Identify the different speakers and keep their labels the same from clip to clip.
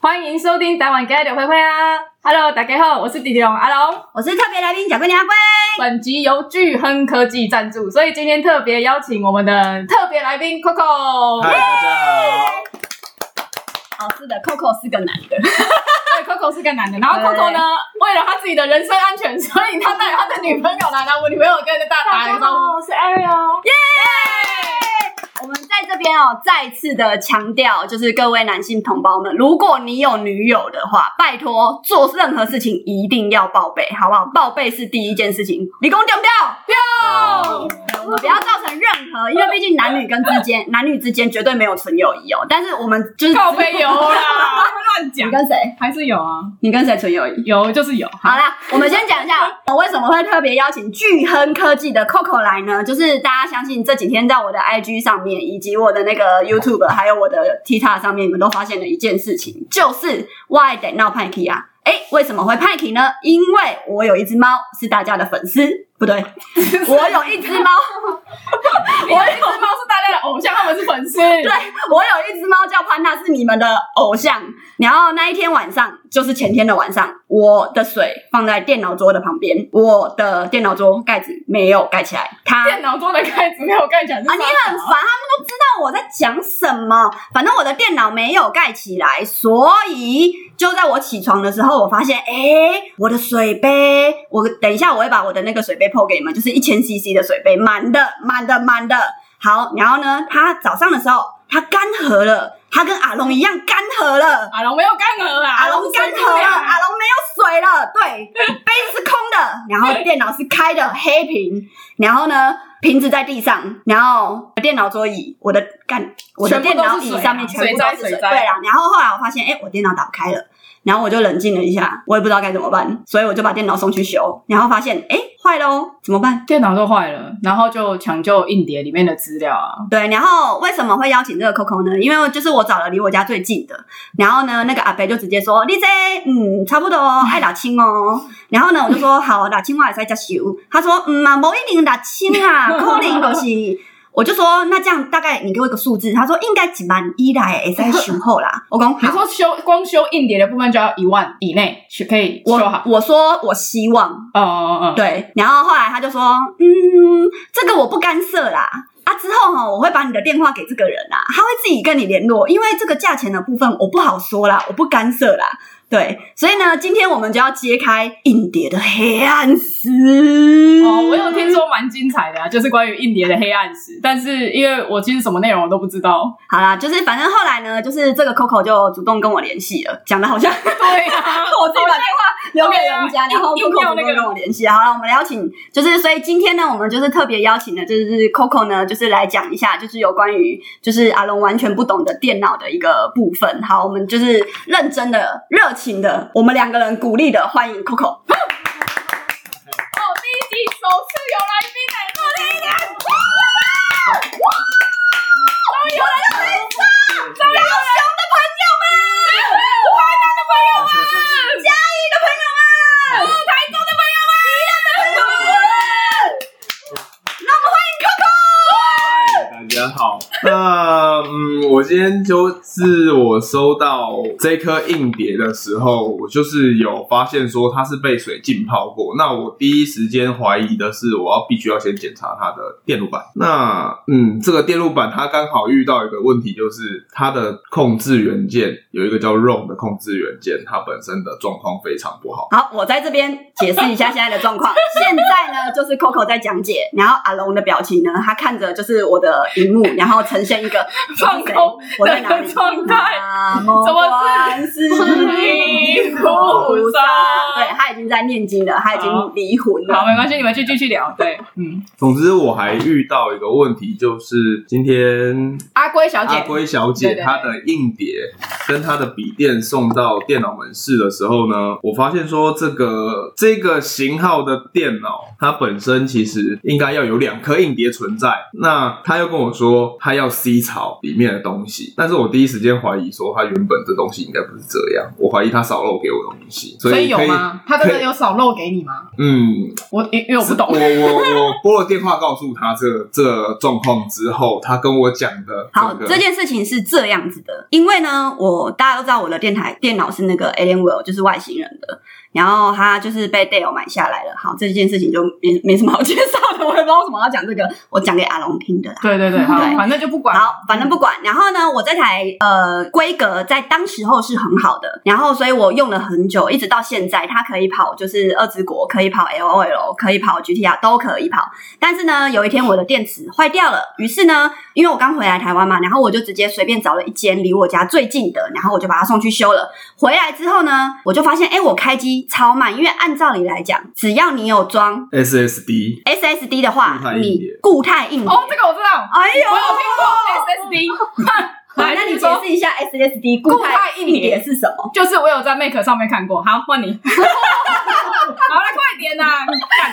Speaker 1: 欢迎收听台湾家的灰灰啊！Hello，大家好，我是迪迪龙阿龙。
Speaker 2: 我是特别来宾贾桂林阿龟，
Speaker 1: 本集由聚亨科技赞助，所以今天特别邀请我们的特别来宾 Coco。
Speaker 3: 嗨，大家好。
Speaker 2: 哦，是的，Coco 是个男的，
Speaker 1: 对，Coco 是个男的，然后 Coco 呢，为了他自己的人身安全，所以他带他的女朋友来了。我女朋友跟大家打 个招呼。，
Speaker 2: 哦我是 Ariel，耶我们在这边哦，再次的强调，就是各位男性同胞们，如果你有女友的话，拜托做任何事情一定要报备，好不好？报备是第一件事情，你给我丢不掉？我们不要造成任何，因为毕竟男女跟之间，男女之间绝对没有纯友谊哦。但是我们就是
Speaker 1: 靠背有啦，乱
Speaker 2: 你
Speaker 1: 讲，
Speaker 2: 跟谁？
Speaker 1: 还是有啊，
Speaker 2: 你跟谁纯友谊？
Speaker 1: 有就是有。
Speaker 2: 好啦，我们先讲一下呃我为什么会特别邀请巨亨科技的 Coco 来呢？就是大家相信这几天在我的 IG 上面，以及我的那个 YouTube，还有我的 TikTok 上面，你们都发现了一件事情，就是 Why 得闹派 k 啊？哎，为什么会派 k 呢？因为我有一只猫是大家的粉丝，不对，我有一只猫，
Speaker 1: 我有一只猫是大家的偶像，他们是粉丝。
Speaker 2: 对 我有一只猫叫潘娜，是你们的偶像。然后那一天晚上，就是前天的晚上，我的水放在电脑桌的旁边，我的电脑桌盖子没有盖起来，它。
Speaker 1: 电脑桌的盖子没有盖起来，是
Speaker 2: 啊，你很
Speaker 1: 啥
Speaker 2: 烦，他们都知道我在讲什么。反正我的电脑没有盖起来，所以就在我起床的时候，我发现，哎、我的水杯，我等一下我会把我的那个水杯 PO 给你们，就是一千 CC 的水杯，满的，满的，满的。好，然后呢，它早上的时候它干涸了，它跟阿龙一样干涸了。
Speaker 1: 阿龙没有干涸啦，
Speaker 2: 阿龙干
Speaker 1: 是
Speaker 2: 涸
Speaker 1: 水果
Speaker 2: 了，
Speaker 1: 啊
Speaker 2: 阿龙没有水了，对，杯子是空的，然后电脑是开的黑屏，然后呢，瓶子在地上，然后电脑桌椅，我的干，我的电脑椅上面全部都
Speaker 1: 水灾
Speaker 2: 是水，
Speaker 1: 水
Speaker 2: 对
Speaker 1: 灾
Speaker 2: 啦，然后后来我发现，哎，我电脑打不开了。然后我就冷静了一下，我也不知道该怎么办，所以我就把电脑送去修，然后发现，哎，坏喽，怎么办？
Speaker 1: 电脑都坏了，然后就抢救硬碟里面的资料啊。
Speaker 2: 对，然后为什么会邀请这个 Coco 呢？因为就是我找了离我家最近的，然后呢，那个阿伯就直接说：“你这嗯，差不多哦爱打青哦。”然后呢，我就说：“好，打青我也在加修。”他说：“嗯嘛，某一定打青啊，可能就是。”我就说：“那这样大概你给我一个数字。”他说：“应该几万一啦，也在修后啦。”我讲：“
Speaker 1: 你
Speaker 2: 好。
Speaker 1: 说修光修硬碟的部分就要一万以内去可以修
Speaker 2: 我”
Speaker 1: 好。
Speaker 2: 我说：“我希望。”
Speaker 1: 哦哦哦，
Speaker 2: 对，然后后来他就说，嗯，这个我不干涉啦。啊，之后哈、我会把你的电话给这个人啦，他会自己跟你联络，因为这个价钱的部分我不好说啦，我不干涉啦。对，所以呢，今天我们就要揭开硬碟的黑暗史。
Speaker 1: 哦，我有听。说蛮精彩的、啊，就是关于硬碟的黑暗史。但是因为我其实什么内容我都不知道。
Speaker 2: 好啦，就是反正后来呢，就是这个 Coco 就主动跟我联系了，讲的好像
Speaker 1: 对啊，
Speaker 2: 我自己把电话留给人家，
Speaker 1: 对啊
Speaker 2: 然后
Speaker 1: 硬
Speaker 2: Coco 主
Speaker 1: 要
Speaker 2: 动
Speaker 1: 那个
Speaker 2: 跟我联系。好了，我们邀请就是，所以今天呢，我们就是特别邀请的，就是 Coco 呢，就是来讲一下，就是有关于就是阿龙完全不懂的电脑的一个部分。好，我们就是认真的、热情的，我们两个人鼓励的欢迎 Coco。
Speaker 1: 哦，第一集首次有来宾欸来热烈一点，终于有来宾了，终于有来宾的朋友们，台南的朋友们，嘉义的朋友们，台中的朋友们，宜兰的朋友们。
Speaker 3: 嗨，大家好。那嗯，我今天就是我收到这颗硬碟的时候，我就是有发现说它是被水浸泡过。那我第一时间怀疑的是，我要必须要先检查它的电路板。那嗯，这个电路板它刚好遇到一个问题，就是它的控制元件有一个叫 ROM 的控制元件，它本身的状况非常不好。
Speaker 2: 好，我在这边解释一下现在的 状况。现在呢，就是 Coco 在讲解，然后阿龙的表情呢，他看着就是我的荧幕，然后呈现一个
Speaker 1: 放空，
Speaker 2: 我在哪里？
Speaker 1: 状态
Speaker 2: 南无观世音 菩萨对他已经在念经了，他已经离魂
Speaker 1: 好，
Speaker 2: 了。
Speaker 1: 没关系，你们去继续聊。对，嗯，
Speaker 3: 总之，我还遇到一个问题，就是今天
Speaker 1: 阿龟小姐，
Speaker 3: 阿龟小
Speaker 1: 对
Speaker 3: 姐
Speaker 1: 对
Speaker 3: 她的硬碟跟她的笔电送到电脑门市的时候呢，我发现说这个这个型号的电脑，它本身其实应该要有两颗硬碟存在。那她又跟我说她要 C 槽里面的东西，但是我第一时间怀疑说她原本这东西应该不是这样，我怀疑她少了漏给我东西，
Speaker 1: 所
Speaker 3: 以
Speaker 1: 以有
Speaker 3: 可以
Speaker 1: 吗？他真的有少漏给你吗？
Speaker 3: 嗯，
Speaker 1: 我因因为我不
Speaker 3: 我
Speaker 1: 懂，
Speaker 3: 我我拨了电话告诉他这这状况之后，他跟我讲的
Speaker 2: 好，
Speaker 3: 整个
Speaker 2: 这件事情是这样子的，因为呢，我大家都知道我的电台电脑是那个 Alienware，就是外星人的，然后他就是被 Dale 买下来了。好，这件事情就没没什么好介绍的，我也不知道为什么要讲这个，我讲给阿龙听的啦。
Speaker 1: 对对对，好，
Speaker 2: 对
Speaker 1: 反正就不管，
Speaker 2: 好，反正不管。然后呢，我这台呃规格在当时候是很好的，然后所以我用了很久，一直到现在，它可以跑就是二之国，可以跑 L O L，可以跑 G T R，都可以跑。但是呢，有一天我的电池坏掉了，于是呢，因为我刚回来台湾嘛，然后我就直接随便找了一间离我家最近的，然后我就把它送去修了。回来之后呢，我就发现，哎，我开机超慢，因为按照理来讲，只要你有装
Speaker 3: SSD
Speaker 2: SSD 的话
Speaker 3: 固态，硬碟
Speaker 2: 你固态硬碟，
Speaker 1: 哦，这个我知道，
Speaker 2: 哎呦，
Speaker 1: 我有听过 SSD，
Speaker 2: 好，
Speaker 1: 来
Speaker 2: 那你
Speaker 1: 你
Speaker 2: 解
Speaker 1: 说
Speaker 2: 释一下 SSD
Speaker 1: 固
Speaker 2: 固
Speaker 1: 态
Speaker 2: 态
Speaker 1: 硬
Speaker 2: 硬
Speaker 1: 碟
Speaker 2: 碟是什么？
Speaker 1: 就是我有在 Make 上面看过。好，换你。 好了，快点呐！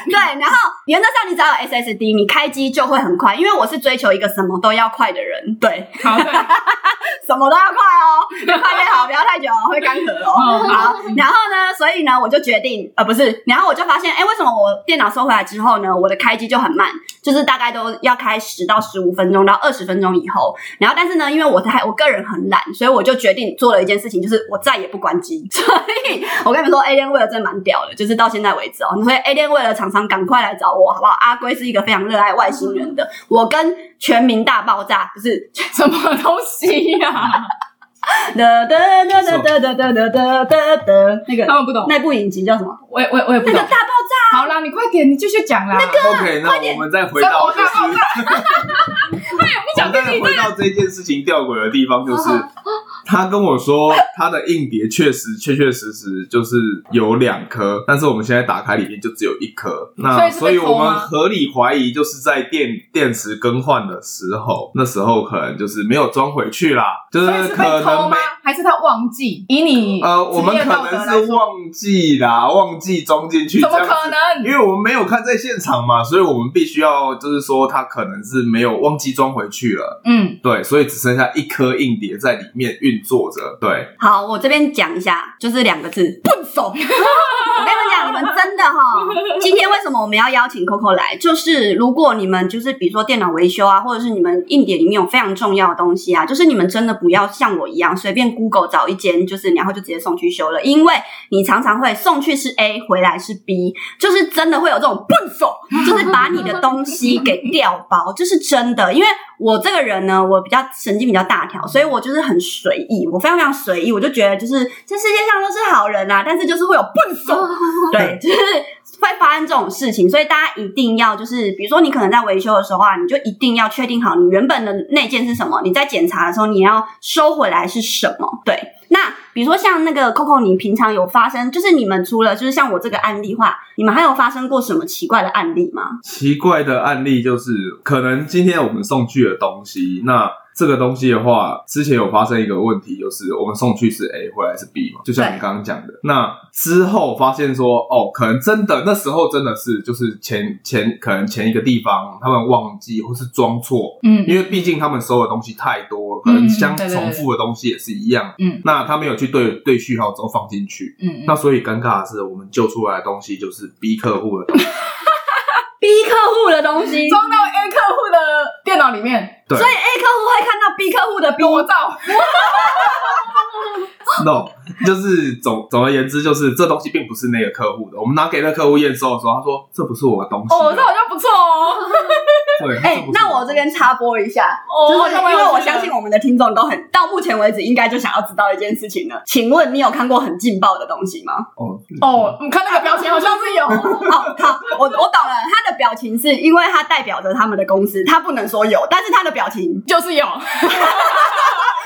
Speaker 2: 对，然后原则上你只要有 SSD，你开机就会很快，因为我是追求一个什么都要快的人，对，
Speaker 1: 好，对，
Speaker 2: 什么都要快哦，越快越好，不要太久哦，会干咳哦。
Speaker 1: 哦
Speaker 2: 好，然后呢，所以呢，我就决定，呃，不是，然后我就发现，哎，为什么我电脑收回来之后呢，我的开机就很慢，就是大概都要开十到十五分钟到二十分钟以后。然后，但是呢，因为我太我个人很懒，所以我就决定做了一件事情，就是我再也不关机。所以我跟你们说，Alienware 真的蛮屌的，就是到现在为止哦。所以 Alienware 的厂商赶快来找我，好不好？阿龟是一个非常热爱外星人的，我跟全民大爆炸不是
Speaker 1: 什么东西呀？
Speaker 2: 哒哒哒哒哒哒哒哒哒哒哒，那
Speaker 1: 他
Speaker 2: 个
Speaker 1: 们不懂，
Speaker 2: 那部影集叫什么？
Speaker 1: 我也我也我也不
Speaker 2: 那个
Speaker 1: 懂
Speaker 2: 大。爆
Speaker 1: 好啦，你快点，你继续讲啦。那个
Speaker 3: OK，那我们再回到就是，我
Speaker 1: 讲
Speaker 3: 们
Speaker 1: 这
Speaker 3: 再
Speaker 1: 里，
Speaker 3: 回到这件事情吊诡的地方，就是
Speaker 1: 哦
Speaker 3: 他跟我说他的硬碟确实确确实实就是有两颗，但是我们现在打开里面就只有一颗。那
Speaker 1: 所
Speaker 3: 所
Speaker 1: 以
Speaker 3: 以
Speaker 1: 是被偷
Speaker 3: 我
Speaker 1: 吗
Speaker 3: 们合理怀疑就是在电电池更换的时候，那时候可能就是没有装回去啦，就
Speaker 1: 所以是被
Speaker 3: 呃可
Speaker 1: 偷
Speaker 3: 能
Speaker 1: 吗
Speaker 3: 没。？
Speaker 1: 还是他忘记？以你
Speaker 3: 呃，我们
Speaker 1: 职业
Speaker 3: 可
Speaker 1: 道德
Speaker 3: 能
Speaker 1: 来
Speaker 3: 是
Speaker 1: 说，
Speaker 3: 忘记啦，忘记装进去，
Speaker 1: 怎么
Speaker 3: 这样子
Speaker 1: 可能？
Speaker 3: 因为我们没有看在现场嘛，所以我们必须要就是说，他可能是没有忘记装回去了，
Speaker 1: 嗯，
Speaker 3: 对，所以只剩下一颗硬碟在里面运作着，对，
Speaker 2: 炸！好，我这边讲一下，就是两个字，笨 手。我跟你们讲，你们真的哈，今天为什么我们要邀请 Coco 来？就是如果你们就是比如说电脑维修啊，或者是你们硬碟里面有非常重要的东西啊，就是你们真的不要像我一样随便 Google 找一间，就是然后就直接送去修了，因为你常常会送去是 A，回来是 B，就是真的会有这种笨手，就是把你的东西给调包， 这是真的。因为我这个人呢，我比较神经比较大条，所以我就是很随意，我非常非常随意，我就觉得就是这世界上都是好人啊，但是就是会有笨手，对， 就是。会发生这种事情，所以大家一定要就是，比如说你可能在维修的时候啊，你就一定要确定好你原本的那件是什么，你在检查的时候你要收回来是什么。对，那比如说像那个 Coco，你平常有发生，就是你们除了就是像我这个案例话，你们还有发生过什么奇怪的案例吗？
Speaker 3: 奇怪的案例就是，可能今天我们送去的东西，那这个东西的话，之前有发生一个问题，就是我们送去是 A，回来是 B 嘛，就像你
Speaker 2: 对
Speaker 3: 刚刚讲的。那之后发现说，哦，可能真的那时候真的是就是前前可能前一个地方他们忘记或是装错，
Speaker 1: 嗯，
Speaker 3: 因为毕竟他们收的东西太多了，可
Speaker 1: 嗯
Speaker 3: 能相
Speaker 1: 对对对
Speaker 3: 重复的东西也是一样。
Speaker 1: 嗯，
Speaker 3: 那他没有去对对序号之后放进去，
Speaker 1: 嗯嗯
Speaker 3: 那所以尴尬的是，我们救出来的东西就是 B 客户的东西。
Speaker 2: 逼客户的东西，所
Speaker 1: 装到 A 客户的电脑里面，
Speaker 3: 对
Speaker 2: 以 A 客户会看到 B 客户的 B，
Speaker 1: 裸照，
Speaker 3: 嗯，no，就是总总而言之，就是这东西并不是那个客户的。我们拿给那客户验收的时候，他说这不是我的东西。啊
Speaker 1: 哦，这好像不错哦。
Speaker 3: 对，
Speaker 2: 哎、
Speaker 3: 这不是
Speaker 2: 那我这边插播一下，
Speaker 1: 哦
Speaker 2: 就是因为我
Speaker 1: 觉得
Speaker 2: 相信我们的听众都很到目前为止应该就想要知道一件事情了。请问你有看过很劲爆的东西吗？
Speaker 3: 哦
Speaker 1: 哦，你看那个表情好像是有，
Speaker 2: 哦，好，我我懂了。他的表情是因为他代表着他们的公司，他不能说有，但是他的表 情
Speaker 1: 就是有，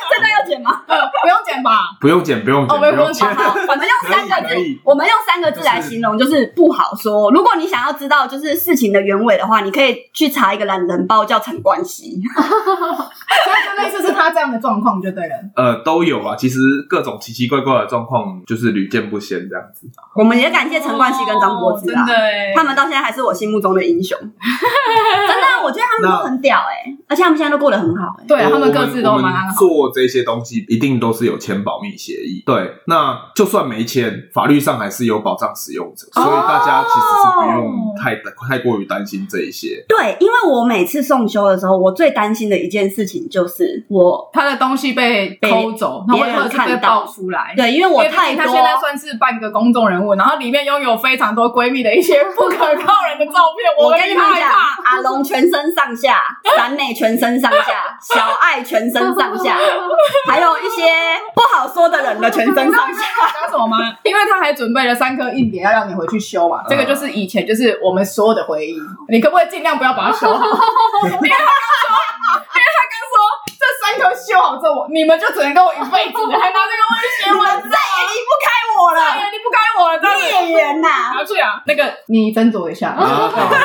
Speaker 2: 这段要剪吗？
Speaker 1: 呃，不用剪吧？
Speaker 3: 不用剪，不用剪，
Speaker 1: 哦，没有不用
Speaker 3: 剪
Speaker 1: 剪，。好
Speaker 2: 我们用三个
Speaker 3: 可以可
Speaker 2: 字
Speaker 3: 以，
Speaker 2: 我们用三个字来形容，就是不好说。如果你想要知道就是事情的原委的话，你可以去查一个懒人包叫陈冠希。
Speaker 1: 哦所以就类似是他这样的状况就对了。
Speaker 3: 呃，都有啊。其实各种奇奇怪怪的状况就是屡见不鲜这样子。
Speaker 2: 我们也感谢陈冠希跟张柏芝啊
Speaker 1: 哦真，的耶
Speaker 2: 他们到现在还是我心目中的 英雄。欸真的啊，我觉得他们都很屌哎，而且他们现在都过得很好哎。
Speaker 1: 对他
Speaker 3: 我
Speaker 1: 哦们各自都蛮
Speaker 3: 我们
Speaker 1: 好。
Speaker 3: 做这些东西一定都是有签保密协议。对，那就算没签，法律上还是有保障使用者，所以大家其实是不
Speaker 1: 哦
Speaker 3: 用太太过于担心这一 些。
Speaker 2: 对，因为我每次送修的时候，我最担心的一件事情就是我
Speaker 1: 他的东西被
Speaker 2: 被
Speaker 1: 偷走，然后或者是被爆出来。
Speaker 2: 对，因为
Speaker 1: 因
Speaker 2: 我
Speaker 1: 为毕
Speaker 2: 太
Speaker 1: 竟
Speaker 2: 多
Speaker 1: 他现在算是半个公众人物，然后里面拥有非常多闺蜜的一些不可靠人的照片，
Speaker 2: 我
Speaker 1: 们
Speaker 2: 跟你们
Speaker 1: 害
Speaker 2: 讲
Speaker 1: 怕。，
Speaker 2: 阿龙全身上下，闪美全身上下，小爱全身上 下，
Speaker 4: 哦
Speaker 2: 还有一些不好说的人的全身上 下。
Speaker 1: 讲什么吗？因为他还准备了三颗硬碟要让你回去修嘛，这个就是以前就是我们所有的回忆。你可不可以尽量不要把它修 好？因为他刚说，因为他刚说这三颗修好之后，你们就只能跟我一辈子，还拿这个威胁
Speaker 2: 你
Speaker 1: 我
Speaker 2: 们，再也离不开我
Speaker 1: 哎
Speaker 2: 了，
Speaker 1: 呀，你不该我了，这样子。
Speaker 2: 孽缘呐！
Speaker 1: 拿去啊，那个你斟酌一下。
Speaker 3: 啊，好好好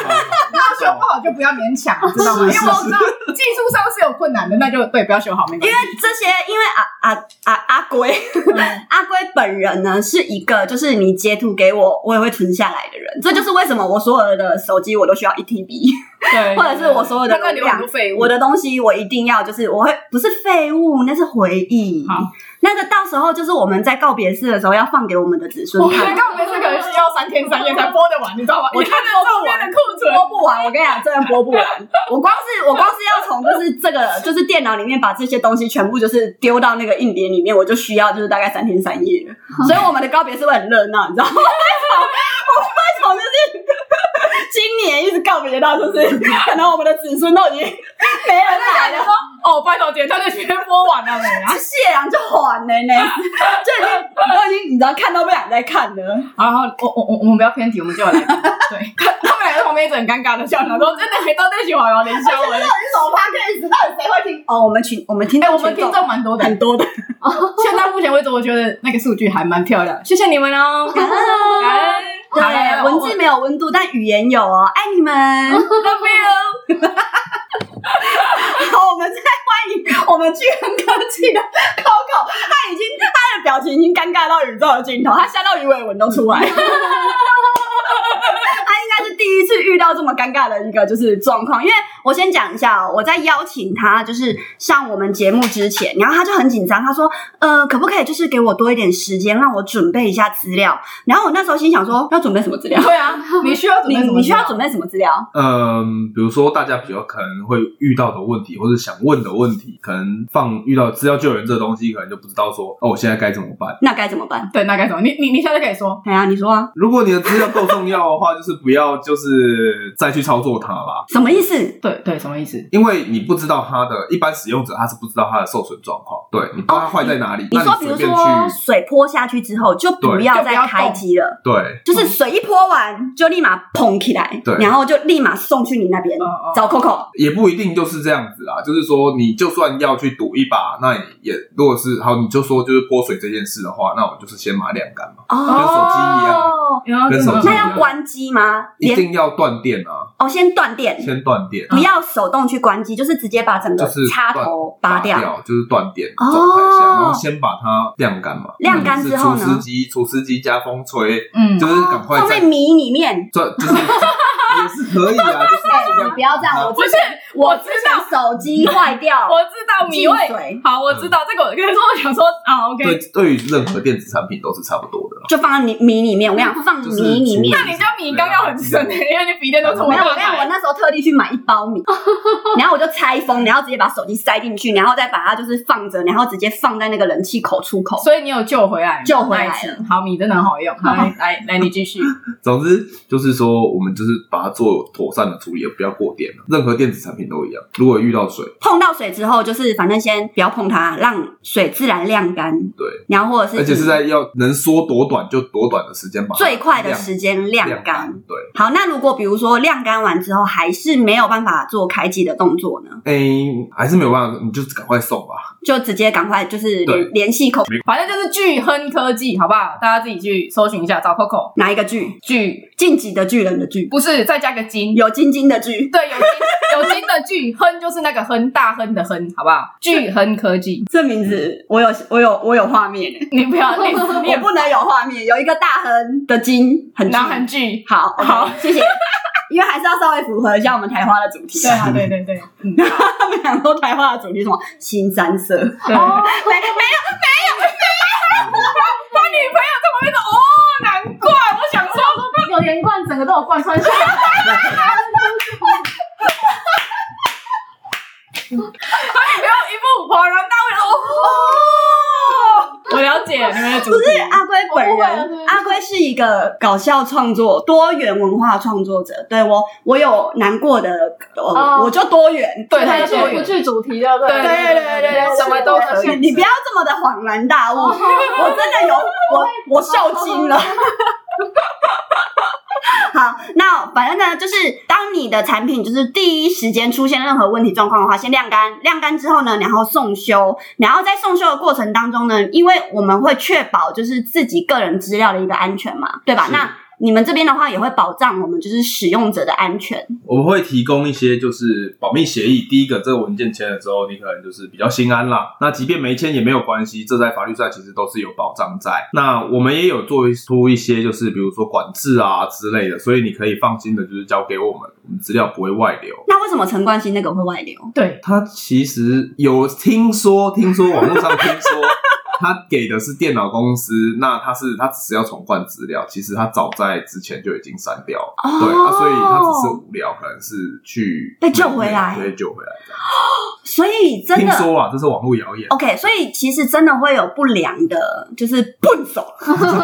Speaker 1: 那修不好就不要勉强，知 道吗？因为我知道技术上是有困难的，那就对，不要修好，没关
Speaker 2: 因为
Speaker 1: 系。
Speaker 2: 这些，因为阿阿阿阿龟， 阿龟本人呢是一个，就是你截图给我，我也会存下来的人。这就是为什么我所有的手机我都需要一 TB。
Speaker 1: 对，
Speaker 2: 或者是我所有的
Speaker 1: 那个留很多废物，
Speaker 2: 我的东西我一定要就是我会不是废物，那是回忆。
Speaker 1: 好，
Speaker 2: 那个到时候就是我们在告别式的时候要放给我们的子孙
Speaker 1: 我
Speaker 2: 看
Speaker 1: 看。告别是可能是要三天三夜才播得完，你知道吗？
Speaker 2: 我
Speaker 1: 你看那个照片的库存，
Speaker 2: 播不完，我跟你讲，真的播不完。我光是 我光是要从就是这个就是电脑里面把这些东西全部就是丢到那个硬碟里面，我就需要就是大概三天三夜了。所以我们的告别是会很热闹，你知 道吗？我们会从就是今年一直告别到就是可能我们的子孙都已经没人来了，
Speaker 1: 哦，拜托姐，他就全播完了没啊
Speaker 2: 这？谢阳就缓了呢，就已经都已经你知道看都不想再看了。
Speaker 1: 然后我我我我们不要偏题，我们就来对，他们俩在旁边一直很尴尬的笑，想说真的还到那句话要连笑
Speaker 2: 到底
Speaker 1: 哎，
Speaker 2: 是什么 p o d c a s 到底谁会听？哦，我们群我们听
Speaker 1: 哎，
Speaker 2: 众
Speaker 1: 我们听众蛮多的，
Speaker 2: 很 多的，
Speaker 1: 现在目前为止，我觉得那个数据还蛮漂亮，谢谢你们哦，感恩。好来
Speaker 2: 对，文
Speaker 1: 我
Speaker 2: 字没有温度，但语言有哦，爱 你们。
Speaker 1: Love you
Speaker 2: 好，我们再欢迎我们巨人科技的 Coco，他已经他的表情已经尴尬到宇宙的尽头，他吓到鱼尾纹都出来。 他应该是第一次遇到这么尴尬的一个就是状况，因为我先讲一下、哦，我在邀请他就是上我们节目之前，然后他就很紧张，他说：“呃，可不可以就是给我多一点时间，让我准备一下资料？”然后我那时候心想说：“要准备什么资料？
Speaker 1: 对啊，你需要准
Speaker 2: 你
Speaker 1: 备什么？
Speaker 2: 你需要准备什么资料？”
Speaker 3: 嗯，比如说大家比较可能会遇到的问题，或者想问的问题，可能放遇到资料救援这东西，可能就不知道说哦，我现在该怎么办。
Speaker 2: 那该怎么办？
Speaker 1: 对，那该怎么？你你你现在可以说，
Speaker 2: 哎呀，你说啊，
Speaker 3: 如果你的资料够重要的话，就是不要就是再去操作它啦，
Speaker 2: 什么意思？
Speaker 1: 对对，什么意思？
Speaker 3: 因为你不知道它的一般使用者他是不知道它的受损状况，对你不知道它坏在哪里，
Speaker 2: 哦你
Speaker 3: 那
Speaker 2: 说，比
Speaker 3: 随
Speaker 2: 如
Speaker 3: 便去
Speaker 2: 说水泼下去之后，就不
Speaker 3: 对
Speaker 2: 要
Speaker 1: 就不
Speaker 2: 再
Speaker 1: 要
Speaker 2: 开
Speaker 1: 动
Speaker 2: 机了，
Speaker 3: 对
Speaker 2: 就是水一泼完就立马捧起来，
Speaker 3: 嗯对
Speaker 2: 然后就立马送去你那边
Speaker 1: 哦哦
Speaker 2: 找 Coco。
Speaker 3: 也不一定就是这样子啦，就是说，你就算要去赌一把，那你也如果是好，你就说就是泼水这件事的话，那我们就是先买晾干嘛，跟
Speaker 2: 哦，
Speaker 3: 手机一样，跟手机
Speaker 2: 那
Speaker 3: 一样
Speaker 2: 要关机吗？
Speaker 3: 一
Speaker 2: 连
Speaker 3: 定要断电啊，
Speaker 2: 哦，先断电，
Speaker 3: 先断电，
Speaker 2: 不要手动去关机，就是直接把整个
Speaker 3: 就是
Speaker 2: 插头拔
Speaker 3: 掉，
Speaker 2: 掉。
Speaker 3: 就是断电
Speaker 2: 哦
Speaker 3: 状态下，然后先把它晾干嘛，
Speaker 2: 晾干之后呢
Speaker 3: 是除湿机、除湿机加风吹，
Speaker 1: 嗯
Speaker 3: 就，是赶快
Speaker 2: 放
Speaker 3: 再
Speaker 2: 在米里面，
Speaker 3: 这就 是也是可以啊，就是
Speaker 2: 你不要这样，我
Speaker 1: 哎不是，我知道，
Speaker 2: 手机坏掉，
Speaker 1: 我知道米
Speaker 2: 进
Speaker 1: 味。
Speaker 2: 水
Speaker 1: 好，我知道这个。我跟你说，我想说啊
Speaker 3: 对
Speaker 1: ，OK，
Speaker 3: 对于任何电子产品都是差不多的啦。
Speaker 2: 就放在米米里面。我跟你讲，放
Speaker 3: 就是
Speaker 2: 米里
Speaker 3: 除
Speaker 2: 面。
Speaker 1: 那你家米缸要很深的， 因为你笔电都从
Speaker 2: 没有，我
Speaker 1: 大
Speaker 2: 跟你讲，我
Speaker 1: 台。
Speaker 2: 那时候特地去买一包米，然后我就拆封，然后直接把手机塞进去，然后再把它就是放着，然后直接放在那个冷气口出口。
Speaker 1: 所以你有救回来吗，
Speaker 2: 救回来了
Speaker 1: 那一次好，米真的很好用。好，来来来，你继续。
Speaker 3: 总之就是说，我们就是把它做妥善的处理，不要过电了。任何电子产品都一样，如果遇到水，
Speaker 2: 碰到水之后，就是反正先不要碰它，让水自然晾干。
Speaker 3: 对，
Speaker 2: 然后或者是
Speaker 3: 而且是在要能缩多短就多短的时间把它
Speaker 2: 最快的时间
Speaker 3: 晾
Speaker 2: 晾干。，
Speaker 3: 对。
Speaker 2: 好，那如果比如说晾干完之后还是没有办法做开机的动作呢，
Speaker 3: 哎，还是没有办法，你就赶快送吧。
Speaker 2: 就直接赶快就是
Speaker 3: 对
Speaker 2: 联联系口
Speaker 1: 反正就是巨亨科技，好不好？大家自己去搜寻一下，找 Coco
Speaker 2: 哪一个剧？
Speaker 1: 巨，
Speaker 2: 晋级的巨人的剧，
Speaker 1: 不是再加个金。
Speaker 2: 有晶晶的剧。
Speaker 1: 对，有金有金的巨亨就是那个亨大亨的亨，好不好？巨亨科技，
Speaker 2: 这名字我有我有我有画面、欸
Speaker 1: 你不要念，你
Speaker 2: 也
Speaker 1: 也
Speaker 2: 不能有画面，有一个大亨的金很
Speaker 1: 然后很巨，
Speaker 2: 好
Speaker 1: 好
Speaker 2: 好，谢谢。因为还是要稍微符合一下我们台花的主题。
Speaker 1: 对啊，对对对，嗯，
Speaker 2: 他们两个台花的主题是什么？新三色，没
Speaker 1: 对。
Speaker 2: 没有
Speaker 1: 他女朋友在旁边说：“哦，难怪。”我想说，
Speaker 4: 有连贯，整个都有贯穿性。
Speaker 1: 他女朋友一副恍然大悟，哦， 我了解你们的主
Speaker 2: 不是
Speaker 1: 题。
Speaker 2: 阿龟本
Speaker 4: 我误会了对
Speaker 2: 人，阿龟是一个搞笑创作、多元文化创作者。对我，我有难过的，
Speaker 4: 哦
Speaker 2: 呃，我就多元。
Speaker 1: 对
Speaker 4: 它
Speaker 1: 他
Speaker 4: 是
Speaker 1: 多
Speaker 4: 不
Speaker 1: 元，
Speaker 4: 具主题的，对
Speaker 1: 对对对对对什么都可以
Speaker 2: 你不要这么的恍然大悟，我
Speaker 4: 哦
Speaker 2: 真的有，我我受惊了。 好，那反正呢，就是当你的产品就是第一时间出现任何问题状况的话，先晾干，晾干之后呢，然后送修，然后在送修的过程当中呢，因为我们会确保就是自己个人资料的一个安全嘛，对吧？
Speaker 3: 是
Speaker 2: 那你们这边的话也会保障我们就是使用者的安全，
Speaker 3: 我们会提供一些就是保密协议。第一个，这个文件签了之后，你可能就是比较心安啦。那即便没签也没有关系，这在法律上其实都是有保障在。那我们也有做出一些就是比如说管制啊之类的，所以你可以放心的就是交给我们，我们资料不会外流。
Speaker 2: 那为什么陈冠希那个会外流？
Speaker 1: 对，
Speaker 3: 他其实有听说，听说网络上听说，他给的是电脑公司，那他是他只是要重换资料，其实他早在之前就已经删掉了，
Speaker 2: 哦
Speaker 3: 对啊，所以他只是无聊，可能是去
Speaker 2: 被救回来
Speaker 3: 对，救回来这样。
Speaker 2: 所以真的
Speaker 3: 听说啊，这是网络谣言，
Speaker 2: OK，所以其实真的会有不良的，就是笨 手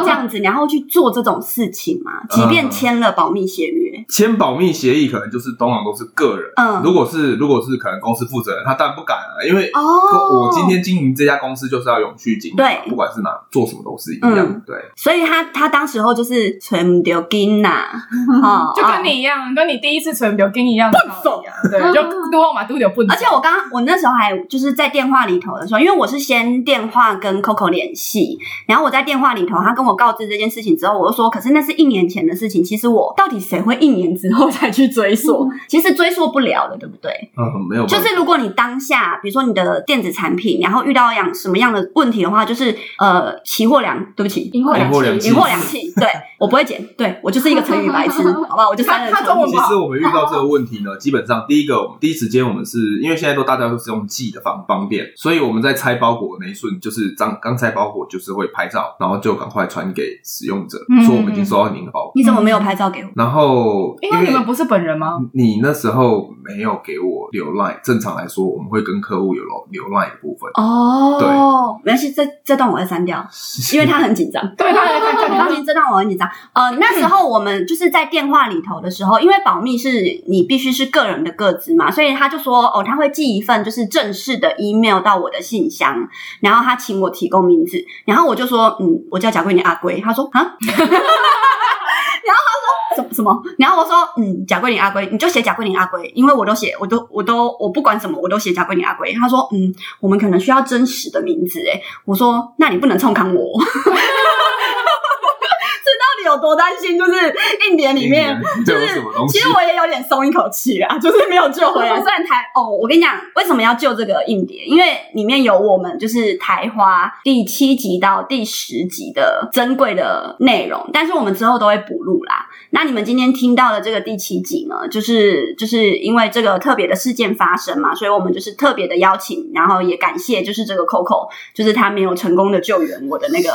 Speaker 2: 这样子，然后去做这种事情嘛，即
Speaker 3: 嗯
Speaker 2: 便签了保密协约，
Speaker 3: 签保密协议可能就是通常都是个人，
Speaker 2: 嗯，
Speaker 3: 如果是如果是可能公司负责人，他当然不敢啊，因为。
Speaker 2: 哦，
Speaker 3: 我今，天经营这家公司就是要永续经营嘛，
Speaker 2: 对
Speaker 3: 不管是哪做什么都是一样，
Speaker 2: 嗯
Speaker 3: 对。
Speaker 2: 所以他他当时候就是存不丢金呐， 哦，
Speaker 1: 就跟你一样，跟你第一次存刘金一样，笨手呀，对，就多嘛，都有笨手。
Speaker 2: 啊而且我刚我那时候还就是在电话里头的时候，因为我是先电话跟 Coco 联系，然后我在电话里头，他跟我告知这件事情之后，我就说，可是那是一年前的事情，其实我到底谁会一年之后才去追溯？ 其实追溯不了的，对不对？
Speaker 3: 嗯，没有办法，
Speaker 2: 就是如果你当下，比如说你的电子产品，然后遇到样什么样的问题的话，就是呃，奇货良，对不起，
Speaker 4: 银货
Speaker 3: 银货
Speaker 4: 两
Speaker 3: 两
Speaker 4: 讫
Speaker 3: 讫
Speaker 2: 银货两讫。对我不会剪，对我就是一个成语白痴，好吧，我就删了
Speaker 1: 他他中
Speaker 2: 成
Speaker 1: 文
Speaker 2: 语
Speaker 3: 其。实我们遇到这个问题呢， 基本上第一个，我们第一时间我们是因为现在都大家都是用寄的方方便，所以我们在拆包裹的那一瞬，就是刚刚拆包裹就是会拍照，然后就赶快传给使用者，
Speaker 1: 嗯
Speaker 3: 说我们已经收到您的包裹。
Speaker 2: 你怎么没有拍照给我？
Speaker 3: 然后
Speaker 1: 因为你们不是本人吗？
Speaker 3: 你那时候没有给我留 line，正常来说我们会跟客户有留留 line 的部分，
Speaker 2: 哦，没关系，这这段我会删掉， 因为他很紧张。
Speaker 1: 对，他他
Speaker 2: 你放心，这段我很紧张。呃，那时候我们就是在电话里头的时
Speaker 1: 嗯
Speaker 2: 候，因为保密是你必须是个人的个资嘛，所以他就说哦，他会寄一份就是正式的 email 到我的信箱，然后他请我提供名字，然后我就说嗯，我叫贾桂林阿龟，他说啊。然后他 说什什么？然后我说，嗯，贾桂林阿龟，你就写贾桂林阿龟，因为我都写，我都我都我不管什么，我都写贾桂林阿龟。他说，嗯，我们可能需要真实的名字，哎，我说，那你不能冲康我， 到底有多担心？就是硬碟里面，
Speaker 3: 这
Speaker 2: 就
Speaker 3: 有
Speaker 2: 是
Speaker 3: 什么东西
Speaker 2: 其？实我也有点松一口气啊， 就是没有救回来。虽然台哦，我跟你讲，为什么要救这个硬碟？因为里面有我们就是台花第七集到第十集的珍贵的内容，但是我们之后都会补录啦。那你们今天听到的这个第七集呢，就是就是因为这个特别的事件发生嘛，所以我们就是特别的邀请，然后也感谢就是这个 Coco，就是他没有成功的救援我的那个。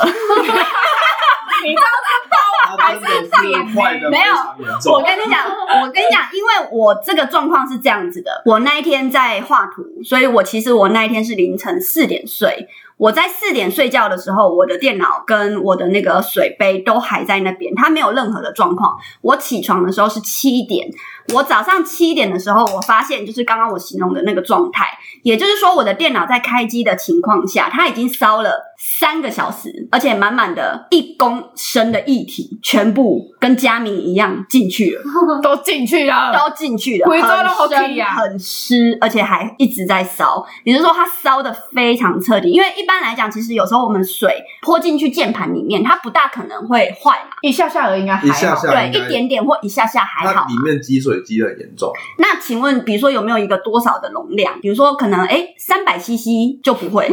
Speaker 3: 还是坏的
Speaker 2: 没有
Speaker 3: 非常严重
Speaker 2: 我跟你讲，我跟你讲，因为我这个状况是这样子的，我那一天在画图，所以我其实我那一天是凌晨四点睡。我在四点睡觉的时候，我的电脑跟我的那个水杯都还在那边，它没有任何的状况。我起床的时候是七点，我早上七点的时候，我发现就是刚刚我形容的那个状态，也就是说，我的电脑在开机的情况下，它已经烧了三个小时，而且满满的一公升的液体全部跟佳明一样进去了，
Speaker 1: 都进去了，
Speaker 2: 嗯都进去了，
Speaker 1: 贵州嗯都好
Speaker 2: 很
Speaker 1: 气
Speaker 2: 深
Speaker 1: 啊
Speaker 2: 很湿，而且还一直在烧。也就是说，它烧的非常彻底。因为一般来讲，其实有时候我们水泼进去键盘里面，它不大可能会坏嘛，
Speaker 1: 一下下而已应该还
Speaker 3: 一下
Speaker 1: 好。
Speaker 3: 下
Speaker 2: 对，
Speaker 3: 应该
Speaker 2: 一点点或一下下还好
Speaker 3: 它。里面积水积的严重，
Speaker 2: 那请问，比如说有没有一个多少的容量？比如说可能哎，三百 CC 就不 会，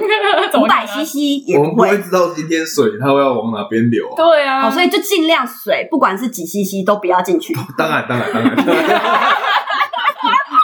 Speaker 1: 怎
Speaker 2: 五
Speaker 1: 么可啊
Speaker 2: 百
Speaker 1: 能
Speaker 2: CC 也
Speaker 3: 我们不
Speaker 2: 不
Speaker 3: 会
Speaker 2: 会。
Speaker 3: 知道今天水它会要往哪边流啊。
Speaker 1: 对啊，
Speaker 2: 哦，所以就尽量水，不管是几 CC 都不要进去。
Speaker 3: 当然，当然，当然。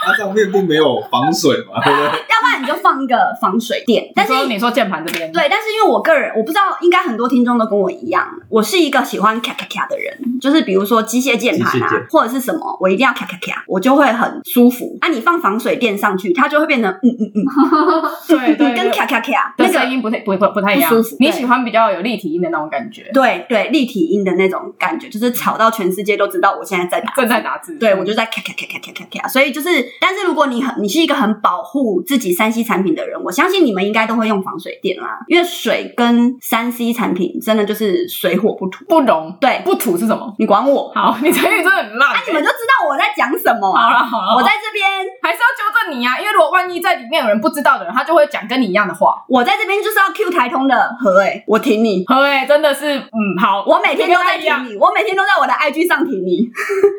Speaker 3: 它上面并没有防水嘛，对不对？
Speaker 2: 要不然你就放一个防水垫。但
Speaker 1: 你
Speaker 2: 是
Speaker 1: 说你说键盘这边，
Speaker 2: 对，但是因为我个人，我不知道，应该很多听众都跟我一样，我是一个喜欢咔咔咔的人，就是比如说机械键盘
Speaker 3: 机械
Speaker 2: 啊
Speaker 3: 键，
Speaker 2: 或者是什么，我一定要咔咔咔，我就会很舒服。啊，你放防水垫上去，它就会变成嗯嗯嗯，
Speaker 1: 对
Speaker 2: 你
Speaker 1: 对， 对
Speaker 2: 跟咔咔咔
Speaker 1: 的
Speaker 2: 那个
Speaker 1: 声音不太不不不太一样
Speaker 2: 不舒服，
Speaker 1: 你
Speaker 2: 对
Speaker 1: 喜欢比较有立体音的那种感觉，
Speaker 2: 对对立体音的那种感觉，就是吵到全世界都知道我现在在打
Speaker 1: 正在打字，
Speaker 2: 对，我就在咔咔咔咔咔咔咔，所以就是，但是如果你很你是一个很保护自己三 C 产品的人，我相信你们应该都会用防水垫啦，因为水跟三 C 产品真的就是水火不土。
Speaker 1: 不融
Speaker 2: 对
Speaker 1: 不吐是什么？
Speaker 2: 你管我，
Speaker 1: 好，你成语真的很烂
Speaker 2: 那、
Speaker 1: 欸。
Speaker 2: 啊你们就知道我在讲什么、
Speaker 1: 好
Speaker 2: 啊。
Speaker 1: 了好了，
Speaker 2: 我在这边，
Speaker 1: 还是要纠正你啊，因为如果万一在里面有人不知道的人，他就会讲跟你一样的话。
Speaker 2: 我在这边就是要 Q 台通的何哎、我挺你。
Speaker 1: 对，真的是，嗯，好，
Speaker 2: 我每天都在
Speaker 1: 你跟他一样
Speaker 2: 挺你，我每天都在我的 IG 上挺你，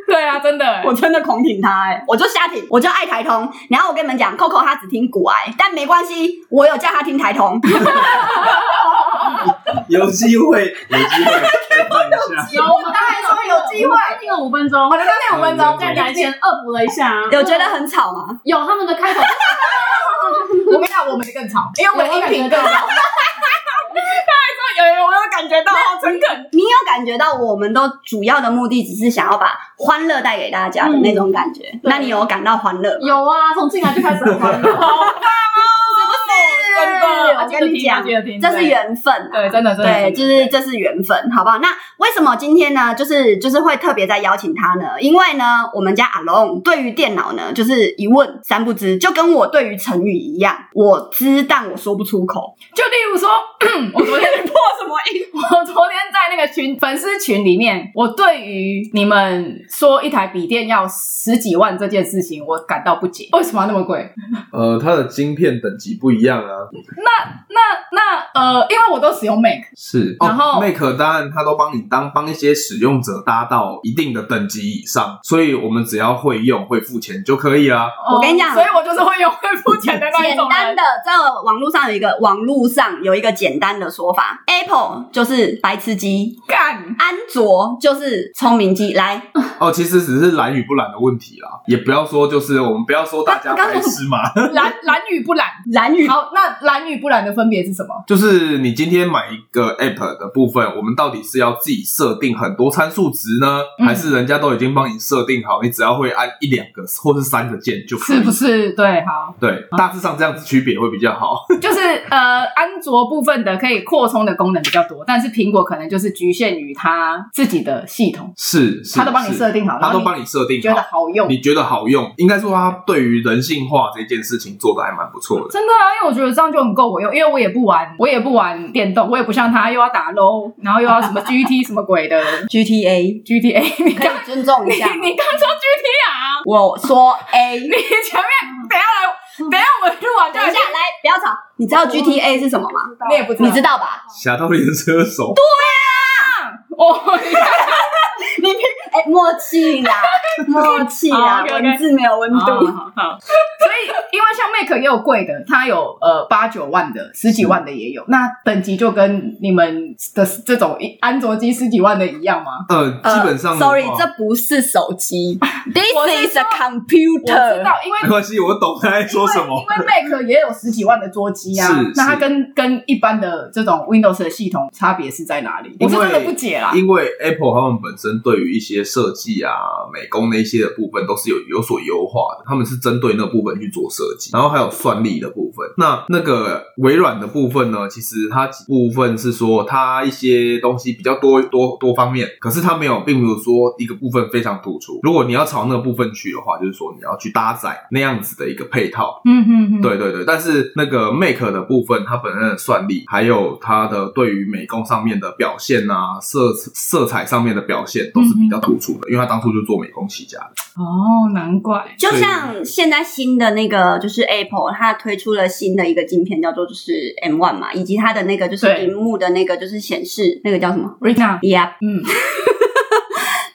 Speaker 1: 对啊，真的欸，
Speaker 2: 我真的狂挺他哎、我就瞎挺，我就爱台通。然后我跟你们讲，Coco 他只听古癌，但没关系，我有叫他听台通。
Speaker 3: 有机会，有机会，再看一 下。
Speaker 4: 有，我们刚才说有机会，听了五分钟，我的刚
Speaker 3: 才五分钟
Speaker 4: 在来前恶补了一下啊，
Speaker 2: 有觉得很吵吗？
Speaker 4: 有他们的开头，
Speaker 1: 我跟你讲，我们的更吵，因为我们音 频更
Speaker 4: 有我
Speaker 1: 高。有有，我有感觉到，好诚恳。
Speaker 2: 你有感觉到我们都主要的目的只是想要把欢乐带给大家的那种感觉？那你有感到欢乐吗？
Speaker 4: 有啊，从进来就开始很欢乐。
Speaker 1: 真的，
Speaker 2: 我跟你讲
Speaker 1: 记得听，
Speaker 2: 这是缘分、啊，
Speaker 1: 对，真的真的，
Speaker 2: 对，就是这是缘分，好不好？那为什么今天呢？就是就是会特别在邀请他呢？因为呢，我们家阿龙对于电脑呢，就是一问三不知，就跟我对于成语一样，我知但我说不出口。
Speaker 1: 就例如说， 我昨天破什么音？我昨天在那个群粉丝群里面，我对于你们说一台笔电要十几万这件事情，我感到不解，为什么要那么贵？
Speaker 3: 呃，它的晶片等级不一样啊，
Speaker 1: 那那呃，因为我都使用 Mac，
Speaker 3: 是。
Speaker 1: 然后
Speaker 3: 哦 Make 当然它都帮你当帮一些使用者搭到一定的等级以上，所以我们只要会用会付钱就可以啦。
Speaker 2: 我跟你讲
Speaker 1: 哦所以我就是会用会付钱的那一
Speaker 2: 简
Speaker 1: 种
Speaker 2: 单
Speaker 1: 人。
Speaker 2: 的，在网络上有一个网络上有一个简单的说法，Apple 就是白痴机，
Speaker 1: 干，
Speaker 2: 安卓就是聪明机。来，
Speaker 3: 哦，其实只是懒与不懒的问题啦，也不要说就是我们不要说大家
Speaker 2: 刚刚
Speaker 3: 白痴嘛，
Speaker 1: 懒懒与不懒。
Speaker 2: 蓝宇
Speaker 1: 好，那懒与不懒的分别是什么？
Speaker 3: 就是你今天买一个 app 的部分，我们到底是要自己设定很多参数值呢，
Speaker 1: 嗯
Speaker 3: 还是人家都已经帮你设定好，你只要会按一两个或是三个键就可以？
Speaker 1: 是不是？对，好，
Speaker 3: 对，大致上这样子区别会比较 好。
Speaker 1: 就是呃，安卓部分的可以扩充的功能比较多，但是苹果可能就是局限于它自己的系统，
Speaker 3: 是，是
Speaker 1: 它都帮你设定好，
Speaker 3: 是它都帮
Speaker 1: 你
Speaker 3: 你设定
Speaker 1: 觉得
Speaker 3: 好，
Speaker 1: 好用。
Speaker 3: 你觉得好用，应该说它对于人性化这件事情做的还蛮不错的。
Speaker 1: 真的啊，因为我觉得这样就很够我用，因为我也不玩，我也不玩电动，我也不像他又要打 LO，然后又要什么 GT 什么鬼的
Speaker 2: GTA
Speaker 1: GTA。你
Speaker 2: 可以尊重一
Speaker 1: 你
Speaker 2: 下吗。
Speaker 1: 你刚说 GT 啊？
Speaker 2: 我说 A，
Speaker 1: 你前面等一下来，等一下我录完就
Speaker 2: 等一下来，不要吵。你知道 GTA 是什么吗？
Speaker 1: 你也不知道
Speaker 2: 你知道吧？
Speaker 3: 侠盗猎车手，
Speaker 1: 哦，
Speaker 2: 你哎，默契啦，默契啦，
Speaker 1: 好，OK，OK
Speaker 2: 文字没有温
Speaker 3: 哦
Speaker 2: 度。
Speaker 1: 好哦好。所以，因为像 Mac 也有贵的，它有呃八九万的、十几万的也有，那等级就跟你们的这种一安卓机十几万的一样吗？
Speaker 3: 呃，基本上
Speaker 2: 呃
Speaker 3: 的话
Speaker 2: ，sorry，这不是手 机
Speaker 1: 我是
Speaker 2: ，This is a
Speaker 1: 我知
Speaker 2: computer。
Speaker 1: 道， 因为
Speaker 3: 没关系，我懂他在说什么。
Speaker 1: 因为 Mac 也有十几万的桌机啊
Speaker 3: 是，
Speaker 1: 那它
Speaker 3: 是
Speaker 1: 跟跟一般的这种 Windows 的系统差别是在哪里？我是真的不解啦。
Speaker 3: 因为 Apple 他们本身对于一些设计啊、美工那些的部分都是有有所优化的，他们是针对那部分去做设计，然后还有算力的部分。那那个微软的部分呢，其实它部分是说它一些东西比较多多多方面，可是它没有，并没有说一个部分非常突出。如果你要朝那个部分去的话，就是说你要去搭载那样子的一个配套，
Speaker 1: 嗯嗯嗯，
Speaker 3: 对对对，但是那个 Make 的部分，它本身的算力，还有它的对于美工上面的表现啊，色色彩上面的表现，都是比较突出的，因为它当初就做美工起家的。
Speaker 1: 哦，难怪。
Speaker 2: 就像现在新的那个呃，就是 Apple 它推出了新的一个晶片，叫做就是 M One 嘛，以及它的那个就是
Speaker 1: 对
Speaker 2: 荧幕的那个就是显示那个叫什么
Speaker 1: Rina，
Speaker 2: ？Yep，
Speaker 1: 嗯，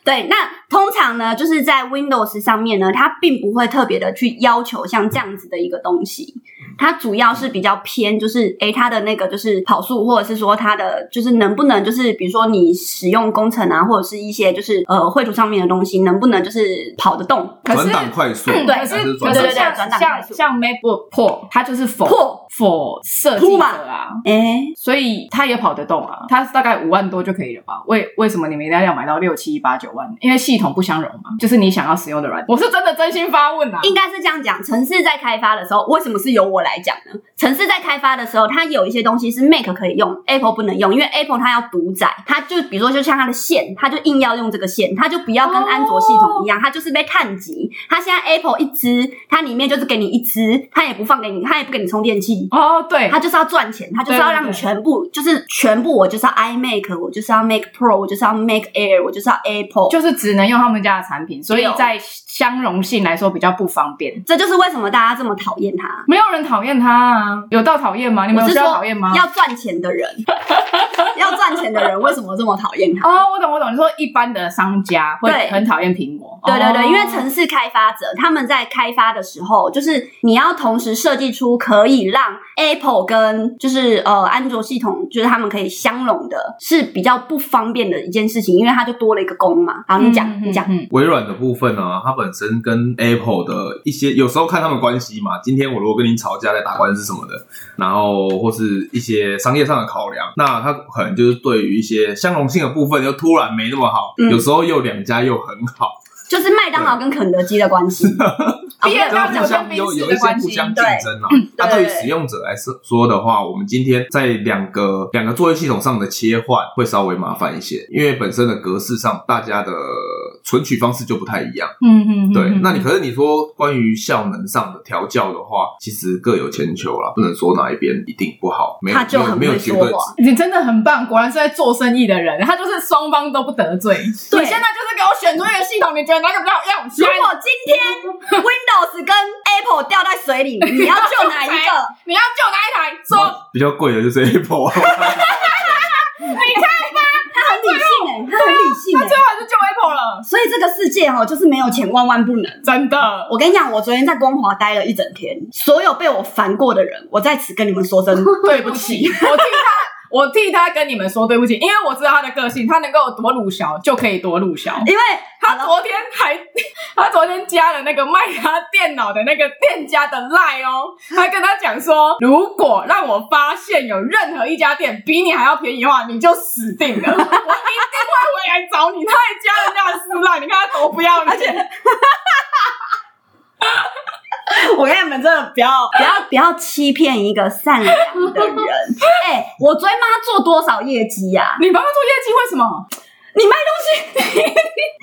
Speaker 2: 对，那通常呢，就是在 Windows 上面呢，它并不会特别的去要求像这样子的一个东西，它主要是比较偏就是，诶，它的那个就是跑速，或者是说它的就是能不能就是，比如说你使用工程啊，或者是一些就是呃绘图上面的东西，能不能就是跑得动？
Speaker 1: 可
Speaker 3: 转
Speaker 1: 是嗯
Speaker 3: 档快速，
Speaker 2: 对
Speaker 1: 可
Speaker 3: 还
Speaker 1: 是
Speaker 3: 转
Speaker 1: 可
Speaker 2: 对对
Speaker 3: 档
Speaker 1: 是
Speaker 2: 对
Speaker 1: 像
Speaker 2: 转档
Speaker 1: 像
Speaker 2: 快速
Speaker 1: 像 MacBook Pro，它就是否
Speaker 2: 破
Speaker 1: 否设计
Speaker 2: 铺
Speaker 1: 者
Speaker 2: 嘛
Speaker 1: 啊，
Speaker 2: 诶，
Speaker 1: 所以它也跑得动啊，它大概五万多就可以了吧？为为什么你们一定要买到六七八九万？因为系统不相容嘛，就是你想要使用的软我是真的真心发问啊，
Speaker 2: 应该是这样讲。城市在开发的时候，为什么是由我来讲呢？城市在开发的时候，它有一些东西是 Mac 可以用，Apple 不能用，因为 Apple 它要独占，它就比如说就像它的线，它就硬要用这个线，它就不要跟安卓系统一样，它就是被碳极。它现在 Apple 一支，它里面就是给你一支，它也不放给你，它也不给你充电器。
Speaker 1: 哦，对，
Speaker 2: 它就是要赚钱，它就是要让你全部，就是全部，我就是要 iMac，我就是要 Mac Pro，我就是要 Mac Air，我就是要 Apple，
Speaker 1: 就是只能用他们家的产品，所以
Speaker 2: 对哦
Speaker 1: 在相容性来说比较不方便。
Speaker 2: 这就是为什么大家这么讨厌它。
Speaker 1: 没有人讨厌他啊，有到讨厌吗？你们
Speaker 2: 我
Speaker 1: 有需
Speaker 2: 是
Speaker 1: 要
Speaker 2: 说
Speaker 1: 讨厌吗？
Speaker 2: 要赚钱的 人，要赚钱的人为什么这么讨厌他？
Speaker 1: 哦，我懂，我懂。你说一般的商家会
Speaker 2: 对
Speaker 1: 很讨厌苹果，
Speaker 2: 对对
Speaker 1: 哦
Speaker 2: 对，因为城市开发者他们在开发的时候，就是你要同时设计出可以让 Apple 跟就是呃安卓系统，就是他们可以相容的，是比较不方便的一件事情，因为它就多了一个功嘛。好，你讲，
Speaker 1: 嗯
Speaker 2: 你讲，
Speaker 1: 嗯嗯
Speaker 3: 微软的部分啊，它本身跟 Apple 的一些，有时候看他们关系嘛。今天我如果跟你吵架在打官司什么的，然后或是一些商业上的考量，那它可能就是对于一些相容性的部分又突然没那么好，
Speaker 2: 嗯
Speaker 3: 有时候又两家又很好，
Speaker 2: 就是麦当劳跟肯德基的关 系。啊
Speaker 1: 毕业
Speaker 3: 就
Speaker 1: 大
Speaker 3: 互
Speaker 1: 家
Speaker 3: 相有有一些互相竞争啊。
Speaker 2: 嗯
Speaker 3: 那对于使用者来说的话，我们今天在两个两个作业系统上的切换会稍微麻烦一些，因为本身的格式上大家的存取方式就不太一样。
Speaker 1: 嗯嗯嗯
Speaker 3: 对
Speaker 1: 嗯，
Speaker 3: 那你可是你说关于效能上的调教的话，其实各有千秋啦，不能说哪一边一定不好，没有
Speaker 2: 他就很
Speaker 3: 没有
Speaker 2: 会
Speaker 3: 没有绝
Speaker 2: 说
Speaker 3: 对。
Speaker 2: 话，
Speaker 1: 你真的很棒，果然是在做生意的人，他就是双方都不得罪。你现在就是给我选出一个系统，你觉得哪个比较有用？
Speaker 2: 如果今 天 Windows 跟 Apple 掉在水里，你要救哪一个？
Speaker 1: 你要救哪一台？说
Speaker 3: 比较贵的就是 Apple，啊
Speaker 2: 他很理性哎、他很理性
Speaker 1: 他
Speaker 2: 哎、
Speaker 1: 最后还是救 Apple 了，
Speaker 2: 所以这个世界哦，就是没有钱万万不能。
Speaker 1: 真的。
Speaker 2: 我跟你讲，我昨天在光华待了一整天，所有被我烦过的人，我在此跟你们说 声
Speaker 1: 对不起，我替他，我替他跟你们说对不起，因为我知道他的个性，他能够有多鲁小就可以多鲁小。
Speaker 2: 因为
Speaker 1: 他昨天还，他昨天加了那个卖他电脑的那个店家的赖 哦，他跟他讲说，如果让我发现有任何一家店比你还要便宜的话，你就死定 了，我一定会回来找你。他还加了那样私 赖，你看他多不要脸，而且
Speaker 2: 我跟你们真的不要不要不要欺骗一个善良 的人。哎、我昨天帮他做多少业绩呀、
Speaker 1: 你帮他做业绩为什么？
Speaker 2: 你卖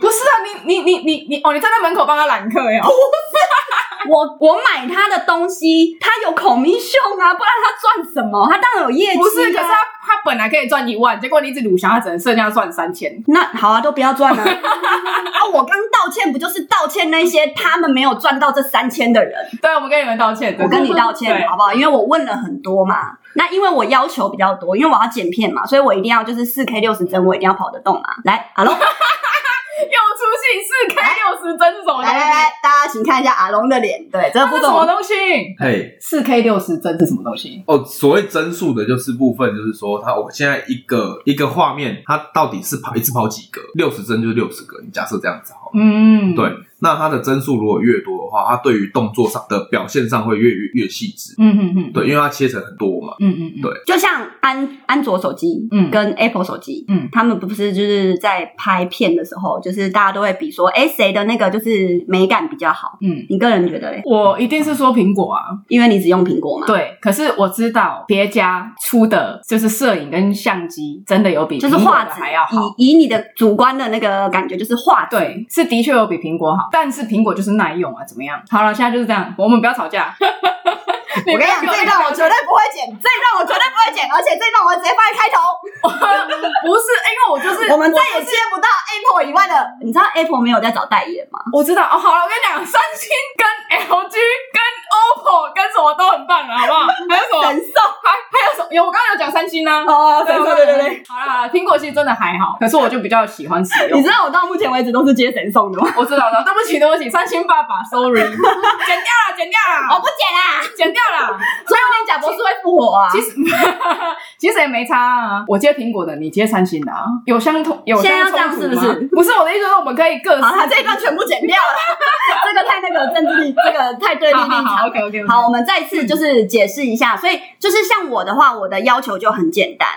Speaker 1: 不是啊，你你你你你哦，你站在门口帮他揽客呀、
Speaker 2: 东西，我我买他的东西，他有口蜜秀啊，不然他赚什么？他当然有业绩、啊。
Speaker 1: 不是，可是他他本来可以赚一万，结果你一直鲁翔，他只能剩下赚三千。
Speaker 2: 那好啊，都不要 赚了。啊，我刚道歉，不就是道歉那些他们没有赚到这三千的人？
Speaker 1: 对，我们跟你们道歉。
Speaker 2: 我跟你道歉
Speaker 1: 对
Speaker 2: 好不好？因为我问了很多嘛。那因为我要求比较多，因为我要剪片嘛，所以我一定要就是四 K 六十帧，我一定要跑得动嘛。来，阿龙，
Speaker 1: 又出戏，四 K 六十帧是什么东西？
Speaker 2: 来来来，大家请看一下阿龙的脸。对，这
Speaker 1: 这
Speaker 2: 不
Speaker 1: 是
Speaker 2: 是
Speaker 1: 啊什么
Speaker 2: 我
Speaker 1: 东西？
Speaker 3: 嘿，
Speaker 1: 四 K 六十帧是什么东西？
Speaker 3: 哦，所谓帧数的就是部分，就是说它我现在一个一个画面，它到底是跑一次跑几个？六十帧就是六十个，你假设这样子好了。
Speaker 1: 嗯，
Speaker 3: 对，那它的帧数如果越多的话，它对于动作上的表现上会越越越细致。
Speaker 1: 嗯嗯嗯，
Speaker 3: 对，因为它切成很多嘛。
Speaker 1: 嗯嗯嗯，
Speaker 3: 对
Speaker 2: 就像安安卓手机，
Speaker 1: 嗯
Speaker 2: 跟 Apple 手机，
Speaker 1: 嗯
Speaker 2: 他们不是就是在拍片的时候，就是大家都会比说，哎，谁的那个就是美感比较好？
Speaker 1: 嗯。
Speaker 2: 你个人觉得嘞？
Speaker 1: 我一定是说苹果啊，
Speaker 2: 因为你只用苹果嘛，
Speaker 1: 对。可是我知道别家出的，就是摄影跟相机，真的有比
Speaker 2: 就是
Speaker 1: 苹果
Speaker 2: 画
Speaker 1: 的
Speaker 2: 质
Speaker 1: 还要好。
Speaker 2: 以以你的主观的那个感觉，就是画质。
Speaker 1: 对，是的确有比苹果好，但是苹果就是耐用啊，怎么样？好了，现在就是这样，我们不要吵架。
Speaker 2: 我
Speaker 1: 我
Speaker 2: 跟你讲，这一段我绝对不会剪，这一段我绝对不会剪，而且这一段我直接放在开头，
Speaker 1: 不是，因为我就是
Speaker 2: 我们再也接不到 Apple 以外的。你知道 Apple 没有在找代言吗？
Speaker 1: 我知道哦，好了，我跟你讲，三星跟 LG 跟 OPPO 跟什么都很棒了，好不好？还有什么？
Speaker 2: 神兽
Speaker 1: 还还有什么？有我刚刚有讲三星呢、啊。
Speaker 2: 哦，神兽对对对。，
Speaker 1: 好啦好啦，苹果其实真的还好，可是我就比较喜欢使
Speaker 2: 你
Speaker 1: 用
Speaker 2: 知。道我到目前为止都是接神送 的吗？
Speaker 1: 我知道了，对不起对不起，三星爸爸，sorry，剪掉了剪掉了，
Speaker 2: 不剪啦，
Speaker 1: 剪掉了。
Speaker 2: 所以我跟你讲，博士会复活啊。
Speaker 1: 其实其实也没差啊，我接苹果的，你接三星的啊，有相同有
Speaker 2: 现在
Speaker 1: 相
Speaker 2: 要这样
Speaker 1: 冲突吗
Speaker 2: 是不是？
Speaker 1: 不是我的意思，说我们可以各自
Speaker 2: 好，他这一段全部剪掉了， 这个太那个政治力，这个太对立
Speaker 1: 好
Speaker 2: 立
Speaker 1: 好
Speaker 2: 场
Speaker 1: 好。，OK OK，
Speaker 2: 好，我嗯们再次就是解释一下，所以就是像我的话，我的要求就很简单，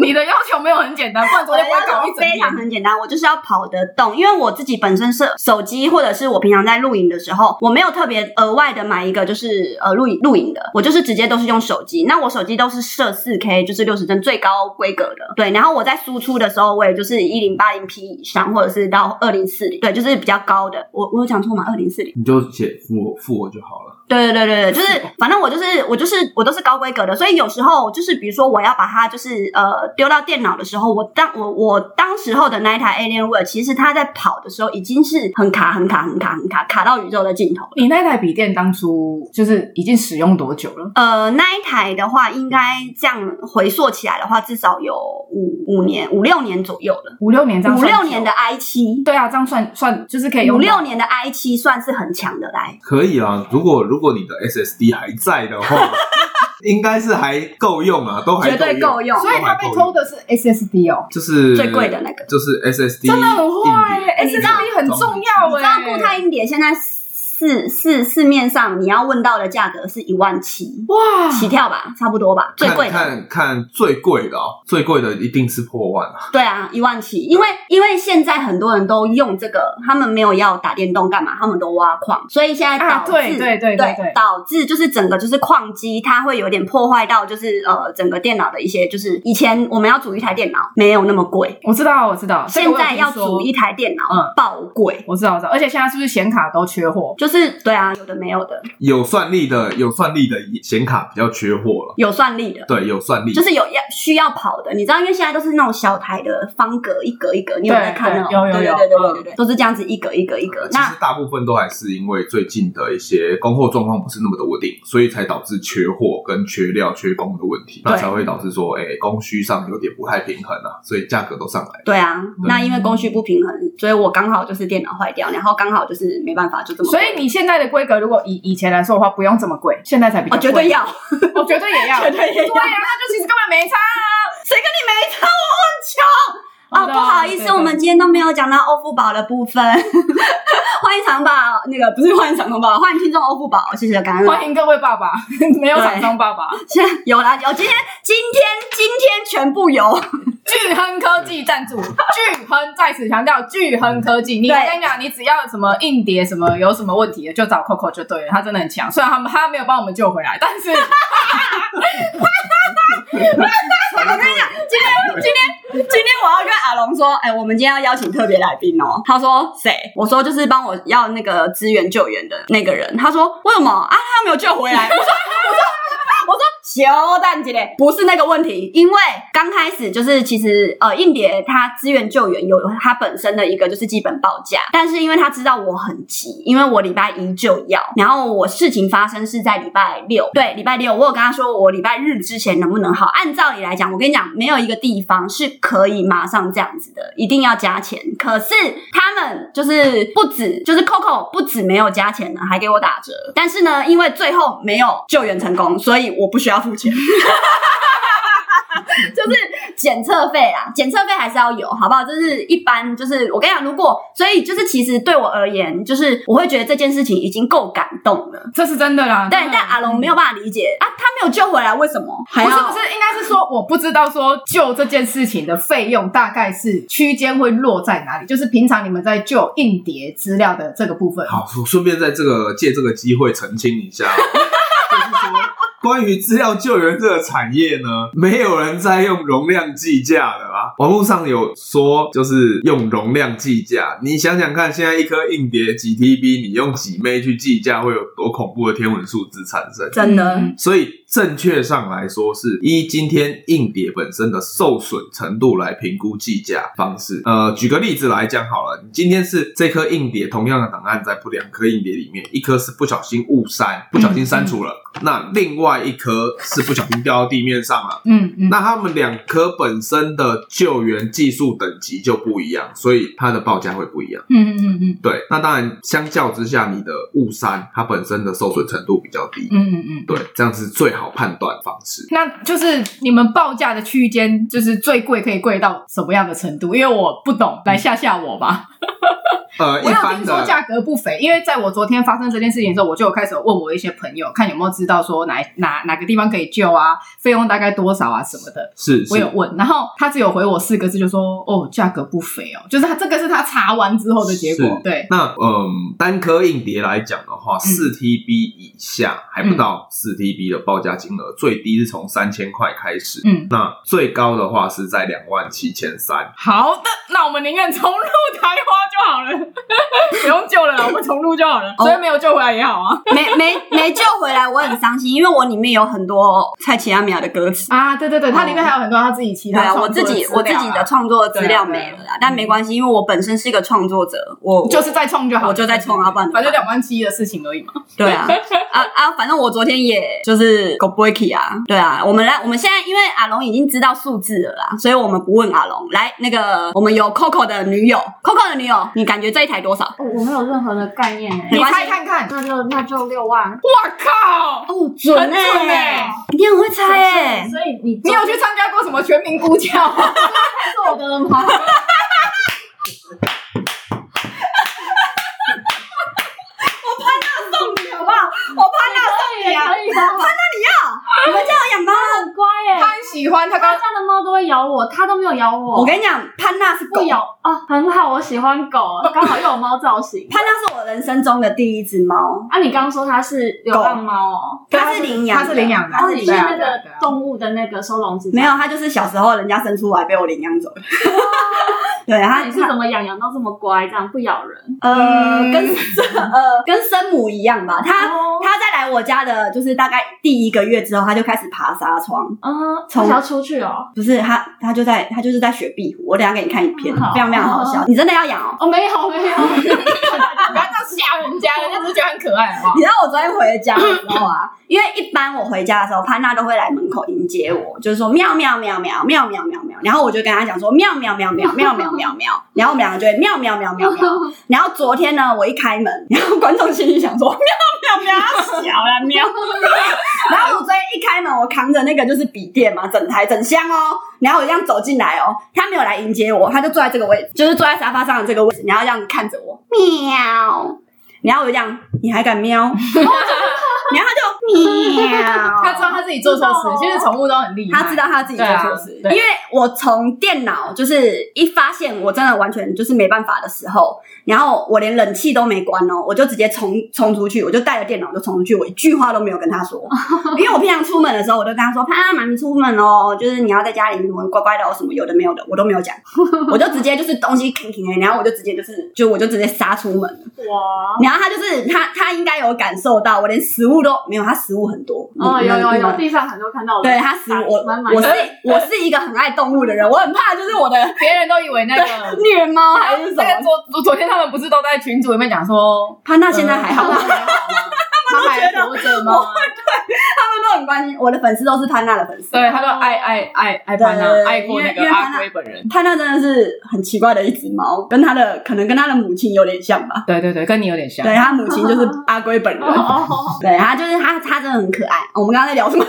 Speaker 1: 你的要求没有很简单，不然昨
Speaker 2: 我的
Speaker 1: 天我
Speaker 2: 要
Speaker 1: 搞一
Speaker 2: 求
Speaker 1: 整
Speaker 2: 非
Speaker 1: 天
Speaker 2: 常。很简单，我就是要跑得动，因为我自己本身是手机或者是我平常在录影的时候，我没有特别额外的买一个就是呃录影录影的，我就是直接都是用手机。那我手机都是设四 K，就是六十帧最高规格的，对。然后我在输出的时候，我也就是一零八零 P 以上，或者是到二零四零，对，就是比较高的。我我有讲错吗？二零四零。
Speaker 3: 你就写复我复我就好了。
Speaker 2: 对对对对对，就是反正我就是我就是我都是高规格的，所以有时候就是比如说我要把它就是呃丢到电脑的时候，我当我我当时候的那一台 Alienware，其实它在跑的时候已经是很卡很卡很卡很卡，卡到宇宙的尽头了。
Speaker 1: 你那台笔电当初就是已经使用多久了？
Speaker 2: 呃，那一台的话，应该这样回溯起来的话，至少有五五年五六年左右了，
Speaker 1: 五六年这样
Speaker 2: 五
Speaker 1: 算久，
Speaker 2: 六年的 i 七。
Speaker 1: 对啊，这样算算就是可以用
Speaker 2: 五
Speaker 1: 到
Speaker 2: 六年的 i 七算是很强的来，
Speaker 3: 可以啊，如果如果你的 SSD 还在的话， 应该是还够用啊，都还
Speaker 2: 绝对够用
Speaker 1: 所以他被偷，的是 SSD 哦，
Speaker 3: 就是
Speaker 2: 最贵的那个
Speaker 3: 就是 SSD，
Speaker 1: 真的很坏
Speaker 3: 硬碟
Speaker 1: 耶
Speaker 2: 你知道
Speaker 1: ，SSD 很重要
Speaker 2: 你
Speaker 1: 哎。
Speaker 2: 知道固态硬碟现在市市市面上你要问到的价格是一万七，
Speaker 1: 哇，
Speaker 2: 起跳吧，差不多吧，最贵的，
Speaker 3: 看看看最贵的哦，最贵的一定是破万啊，
Speaker 2: 对啊，一万起，因为因为现在很多人都用这个，他们没有要打电动干嘛，他们都挖矿，所以现在
Speaker 1: 啊
Speaker 2: 导致、
Speaker 1: 对对对对对
Speaker 2: 导致就是整个就是矿机它会有点破坏到就是呃整个电脑的一些就是以前我们要组一台电脑没有那么贵，
Speaker 1: 我知道我知道，啊这个
Speaker 2: 现
Speaker 1: 我有
Speaker 2: 在要
Speaker 1: 听说
Speaker 2: 组一台电脑、
Speaker 1: 嗯
Speaker 2: 爆贵，
Speaker 1: 我知道我知道，而且现在是不是显卡都缺货？
Speaker 2: 就是对啊，有的没有的，
Speaker 3: 有算力的有算力的显卡比较缺货了，
Speaker 2: 有算力的。
Speaker 3: 对，有算力，
Speaker 2: 就是有要需要跑的，你知道，因为现在都是那种小台的方格，一格一格，你有在看那种？
Speaker 1: 对对有有有
Speaker 2: 对对
Speaker 1: 嗯
Speaker 2: 对
Speaker 1: 哦
Speaker 2: 对对对，都是这样子一格一格一格。
Speaker 3: 呃其
Speaker 2: 那
Speaker 3: 实大部分都还是因为最近的一些供货状况不是那么的稳定，所以才导致缺货跟缺料、缺工的问题，那
Speaker 2: 对
Speaker 3: 才会导致说，哎、供需上有点不太平衡啊，所以价格都上来。
Speaker 2: 对啊，那因为供需不平衡，所以我刚好就是电脑坏掉，然后刚好就是没办法就这么
Speaker 1: 所
Speaker 2: 贵。
Speaker 1: 以你现在的规格，如果以以前来说的话，不用这么贵，现在才比较
Speaker 2: 我
Speaker 1: 贵。
Speaker 2: 哦绝 对要，
Speaker 1: 我绝对也要，
Speaker 2: 绝对也要
Speaker 1: 对啊，那就其实根本没差啊。
Speaker 2: 谁跟你没差？我
Speaker 1: 我
Speaker 2: 很
Speaker 1: 知
Speaker 2: 穷。
Speaker 1: 道
Speaker 2: 哦，不好意
Speaker 1: 哦对
Speaker 2: 思，
Speaker 1: 对
Speaker 2: 我们今天都没有讲到欧付宝的部分。 欢迎长宝，那个不是欢迎长宝，欢迎听众欧付宝，谢谢感恩。
Speaker 1: 欢迎各位爸 爸，没有厂商爸爸，
Speaker 2: 现在有啦，有今天今天今天全部有。
Speaker 1: 巨亨科技赞助。巨亨再次强调，巨亨科技。你我
Speaker 2: 对
Speaker 1: 跟你讲，你只要什么硬碟什么有什么问题的，就找 Coco 就对了，他真的很强。虽然他们他没有帮我们救回来，但是
Speaker 3: 我跟你讲，今天
Speaker 2: 今天我要跟阿龙说，哎、我们今天要邀请特别来宾哦。他说谁？我说就是帮我要那个支援救援的那个人。他说为什么啊？他没有救回来。我说我说我说小蛋姐嘞，不是那个问题，因为刚开始就是其实呃，硬碟它支援救援有它本身的一个就是基本报价，但是因为他知道我很急，因为我礼拜一就要，然后我事情发生是在礼拜六，对，礼拜六我有跟他说我礼拜日之前能不能好，按照理来讲，我跟你讲，没有一个地方是可以马上这样子的，一定要加钱。可是他们就是不止，就是 Coco 不止没有加钱呢，还给我打折，但是呢，因为最后没有救援成功，所以我不需要付钱。就是检测费啦，检测费还是要有，好不好？就是一般，就是我跟你讲，如果所以就是其实对我而言，就是我会觉得这件事情已经够感动了。
Speaker 1: 这是真的啦。
Speaker 2: 对， 但阿龙没有办法理解
Speaker 1: 嗯
Speaker 2: 啊，他没有救回来，为什么？还
Speaker 1: 不
Speaker 2: 要
Speaker 1: 是不是，应该是说我不知道说救这件事情的费用大概是区间会落在哪里，就是平常你们在救硬碟资料的这个部分。
Speaker 3: 好，我顺便在这个借这个机会澄清一下哦、就是说关于资料救援这个产业呢，没有人在用容量计价的啦。网络上有说，就是用容量计价。你想想看，现在一颗硬碟几 TB，你用几枚去计价，会有多恐怖的天文数字产生？
Speaker 2: 真的，
Speaker 1: 嗯
Speaker 3: 所以正确上来说是依今天硬碟本身的受损程度来评估计价方式。呃，举个例子来讲好了，你今天是这颗硬碟同样的档案在不两颗硬碟里面，一颗是不小心误删，不小心删除了，那另外一颗是不小心掉到地面上了。
Speaker 1: 嗯嗯，
Speaker 3: 那他们两颗本身的救援技术等级就不一样，所以它的报价会不一样。
Speaker 1: 嗯嗯嗯
Speaker 3: 对，那当然相较之下，你的误删它本身的受损程度比较低。
Speaker 1: 嗯嗯嗯。
Speaker 3: 对，这样是最好判断方式。
Speaker 1: 那就是你们报价的区间，就是最贵可以贵到什么样的程度？因为我不懂，来吓吓我吧。
Speaker 3: 呃，嗯一
Speaker 1: 我有
Speaker 3: 般
Speaker 1: 听说
Speaker 3: 的
Speaker 1: 价格不菲，因为在我昨天发生这件事情的时候，我就有开始问我一些朋友，看有没有知道说哪哪哪个地方可以救啊，费用大概多少啊什么的。
Speaker 3: 是
Speaker 1: 我有
Speaker 3: 是
Speaker 1: 问，然后他只有回我四个字，就说哦，价格不菲哦，就是他这个是他查完之后的结果
Speaker 3: 是，
Speaker 1: 对，
Speaker 3: 那嗯，单颗硬碟来讲的
Speaker 1: 嗯
Speaker 3: 话，四 TB 以下还不到四 TB 的报价金额，最低是从三千块开始，
Speaker 1: 嗯，
Speaker 3: 那最高的话是在两万七千三。
Speaker 1: 好的，那我们宁愿重入 台花就好了， 不用救了啦，我们重入就好了，
Speaker 2: 哦
Speaker 1: 所以没有救回来也好啊。
Speaker 2: 没没没救回来，我很伤心，因为我里面有很多蔡奇阿米亚的歌词。
Speaker 1: 啊，对对对，它里面还有很多他自己其
Speaker 2: 对
Speaker 1: 他
Speaker 2: 啊，
Speaker 1: 创
Speaker 2: 哦我
Speaker 1: 作
Speaker 2: 自
Speaker 1: 的
Speaker 2: 己
Speaker 1: 资料啊
Speaker 2: 我自己的创作资料没了
Speaker 1: 对啊
Speaker 2: 啦，但没关系，因为我本身是一个创作者，我
Speaker 1: 就是在冲就好，
Speaker 2: 我就在冲啊不然怎么
Speaker 1: 反
Speaker 2: 办
Speaker 1: 正两万七的事情而已嘛。
Speaker 2: 对啊，啊啊，反正我昨天也就是狗 b o y 啊，对啊，我们来，我们现在因为阿龙已经知道数字了啦，所以我们不问阿龙。来，那个我们有 Coco 的女友，Coco 的女友，你感觉这一台多少？
Speaker 4: 我哦我没有任何的概念哎
Speaker 1: 你
Speaker 2: 没关系
Speaker 1: 猜看看，
Speaker 4: 那就那就六万，
Speaker 1: 哇靠！
Speaker 2: 哦，准
Speaker 1: 很准
Speaker 2: 欸
Speaker 1: 欸
Speaker 2: 你很会猜哎、
Speaker 4: 所以你
Speaker 1: 你有去参加过什么全民估 价吗？
Speaker 4: 做我的吗？
Speaker 2: 好不好？我怕
Speaker 4: 可以可以的，啊
Speaker 2: 你们家有养猫吗？
Speaker 4: 很乖
Speaker 1: 他
Speaker 4: 哎。
Speaker 1: 很喜欢，他
Speaker 4: 他
Speaker 1: 刚
Speaker 4: 家的猫都会咬我，它都没有咬我。
Speaker 2: 我跟你讲，潘娜是狗
Speaker 4: 不，咬啊，很好，我喜欢狗，刚好又有猫造型。
Speaker 2: 潘娜是我人生中的第一只猫，
Speaker 4: 啊，你刚刚说它是流浪猫哦，
Speaker 2: 它是领养的，
Speaker 1: 它是领养的，
Speaker 4: 它是去
Speaker 1: 对啊
Speaker 4: 那个动物的那个收容之家
Speaker 2: 没有，，它就是小时候人家生出来被我领养走的。 对，它
Speaker 4: 那你是怎么养养到这么乖，这样不咬人？
Speaker 2: 呃，
Speaker 1: 嗯
Speaker 2: 跟呃跟生母一样吧。他
Speaker 4: 哦
Speaker 2: 他在来我家的，就是大概第一个月之后，他就开始爬纱窗。
Speaker 4: 嗯，
Speaker 2: 从
Speaker 4: 从要出去哦。
Speaker 2: 不是他，他就在他就是在学壁虎。我等一下给你看影片，
Speaker 4: 好
Speaker 2: 非常非常好笑。你真的要养哦？
Speaker 4: 哦，没有没有，
Speaker 1: 不要这样吓人家，人家只是觉得很可 爱，好不好
Speaker 2: 你？知道我昨天回家的时候啊，因为一般我回家的时候，潘娜都会来门口迎接我，就是说喵喵喵喵喵喵喵喵，然后我就跟她讲说喵喵喵喵喵喵喵喵，然后我们两个就会喵喵喵喵喵。然后昨天呢，我一开门，然后观众心里想说喵喵喵，小了喵。 然后我昨天一开门，我扛着那个就是笔电嘛，整台整箱哦，然后我这样走进来哦，他没有来迎接我，他就坐在这个位置，就是坐在沙发上的这个位置，然后这样子看着我喵，然后我就这样，你还敢 喵？然后 他就喵，
Speaker 1: 他知道他自己做错
Speaker 4: 哦
Speaker 1: 事，其实宠物都很厉害。
Speaker 2: 他知道他自己做错事，
Speaker 1: 对啊对
Speaker 2: 因为我从电脑就是一发现我真的完全就是没办法的时候，然后我连冷气都没关哦，我就直接冲冲出去，我就带着电脑就冲出去，我一句话都没有跟他 说，因为我平常出门的时候我都跟他说，潘妈咪出门哦，就是你要在家里什么乖乖的、哦，什么有的没有的，我都没有讲，我就直接就是东西啃啃，然后我就直接就是就我就直接杀出门。
Speaker 4: 哇，
Speaker 2: 然后他就是他，他应该有感受到，我连食物都没有，他食物很多。
Speaker 4: 哦，
Speaker 2: 你
Speaker 4: 有有
Speaker 2: 你们
Speaker 4: 有，地上很多看到我
Speaker 2: 嗯
Speaker 4: 的
Speaker 2: 对 他食物，我
Speaker 4: 满满
Speaker 2: 我是我是一个很爱动物的人，我很怕就是我的
Speaker 1: 别人都以为那个。
Speaker 2: 虐猫 还是什
Speaker 1: 那个
Speaker 2: 么。
Speaker 1: 昨昨天他们不是都在群组里面讲说，
Speaker 2: 潘娜现在还好，
Speaker 1: 呃
Speaker 2: 他
Speaker 1: 他还活着吗？
Speaker 2: 们都很关心。我的粉丝都是潘娜的粉丝，
Speaker 1: 对，他都爱爱爱爱潘
Speaker 2: 对对
Speaker 1: 娜，
Speaker 2: 对
Speaker 1: 爱过那
Speaker 2: 因为
Speaker 1: 个
Speaker 2: 因为潘啊
Speaker 1: 阿
Speaker 2: 娜
Speaker 1: 龟本人。
Speaker 2: 潘娜真的是很奇怪的一只猫，跟他的可能跟他的母亲有点像吧。
Speaker 1: 对对对，跟你有点像。
Speaker 2: 对他母亲就是阿龟本人，
Speaker 4: 哦，
Speaker 2: 对他就是他，他真的很可爱。我们刚刚在聊什么？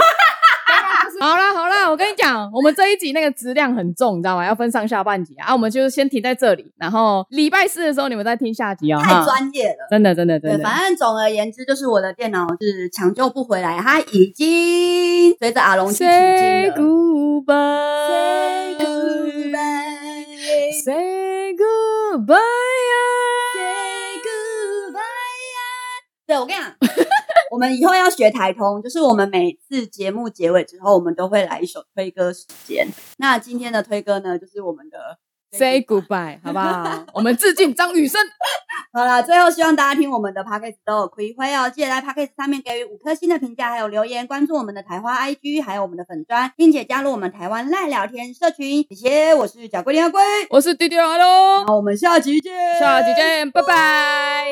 Speaker 5: 好啦好啦，我跟你讲，我们这一集那个质量很重，你知道吗？要分上下半集啊，啊我们就是先停在这里，然后礼拜四的时候你们再听下集啊、
Speaker 2: 太
Speaker 5: 哈
Speaker 2: 专业了。
Speaker 5: 真的真的真
Speaker 2: 对，
Speaker 5: 的，
Speaker 2: 反正总而言之，就是我的电脑是抢救不回来，它已经随着阿龙去取经
Speaker 5: Say
Speaker 2: 了。Say
Speaker 5: goodbye，Say
Speaker 2: goodbye,
Speaker 5: goodbye 啊
Speaker 2: say goodbye 呀！对我跟你讲，我们 们以后要学台通，就是我们每次节目结尾之后，我们都会来一首推歌时间。那今天的推歌呢，就是我们的
Speaker 1: Say goodbye，好 不好？我们致敬张雨生。
Speaker 2: 好啦，最后希望大家听我们的 podcast 都有亏会哦，记得在 podcast 上面给予五颗星的评价，还有留言，关注我们的台花 IG，还有我们的粉砖，并且加入我们台湾赖聊天社群。谢谢，我是小龟林阿龟，
Speaker 1: 我是丢丢阿龙，
Speaker 2: 那我们下集见，
Speaker 1: 下期见，拜拜。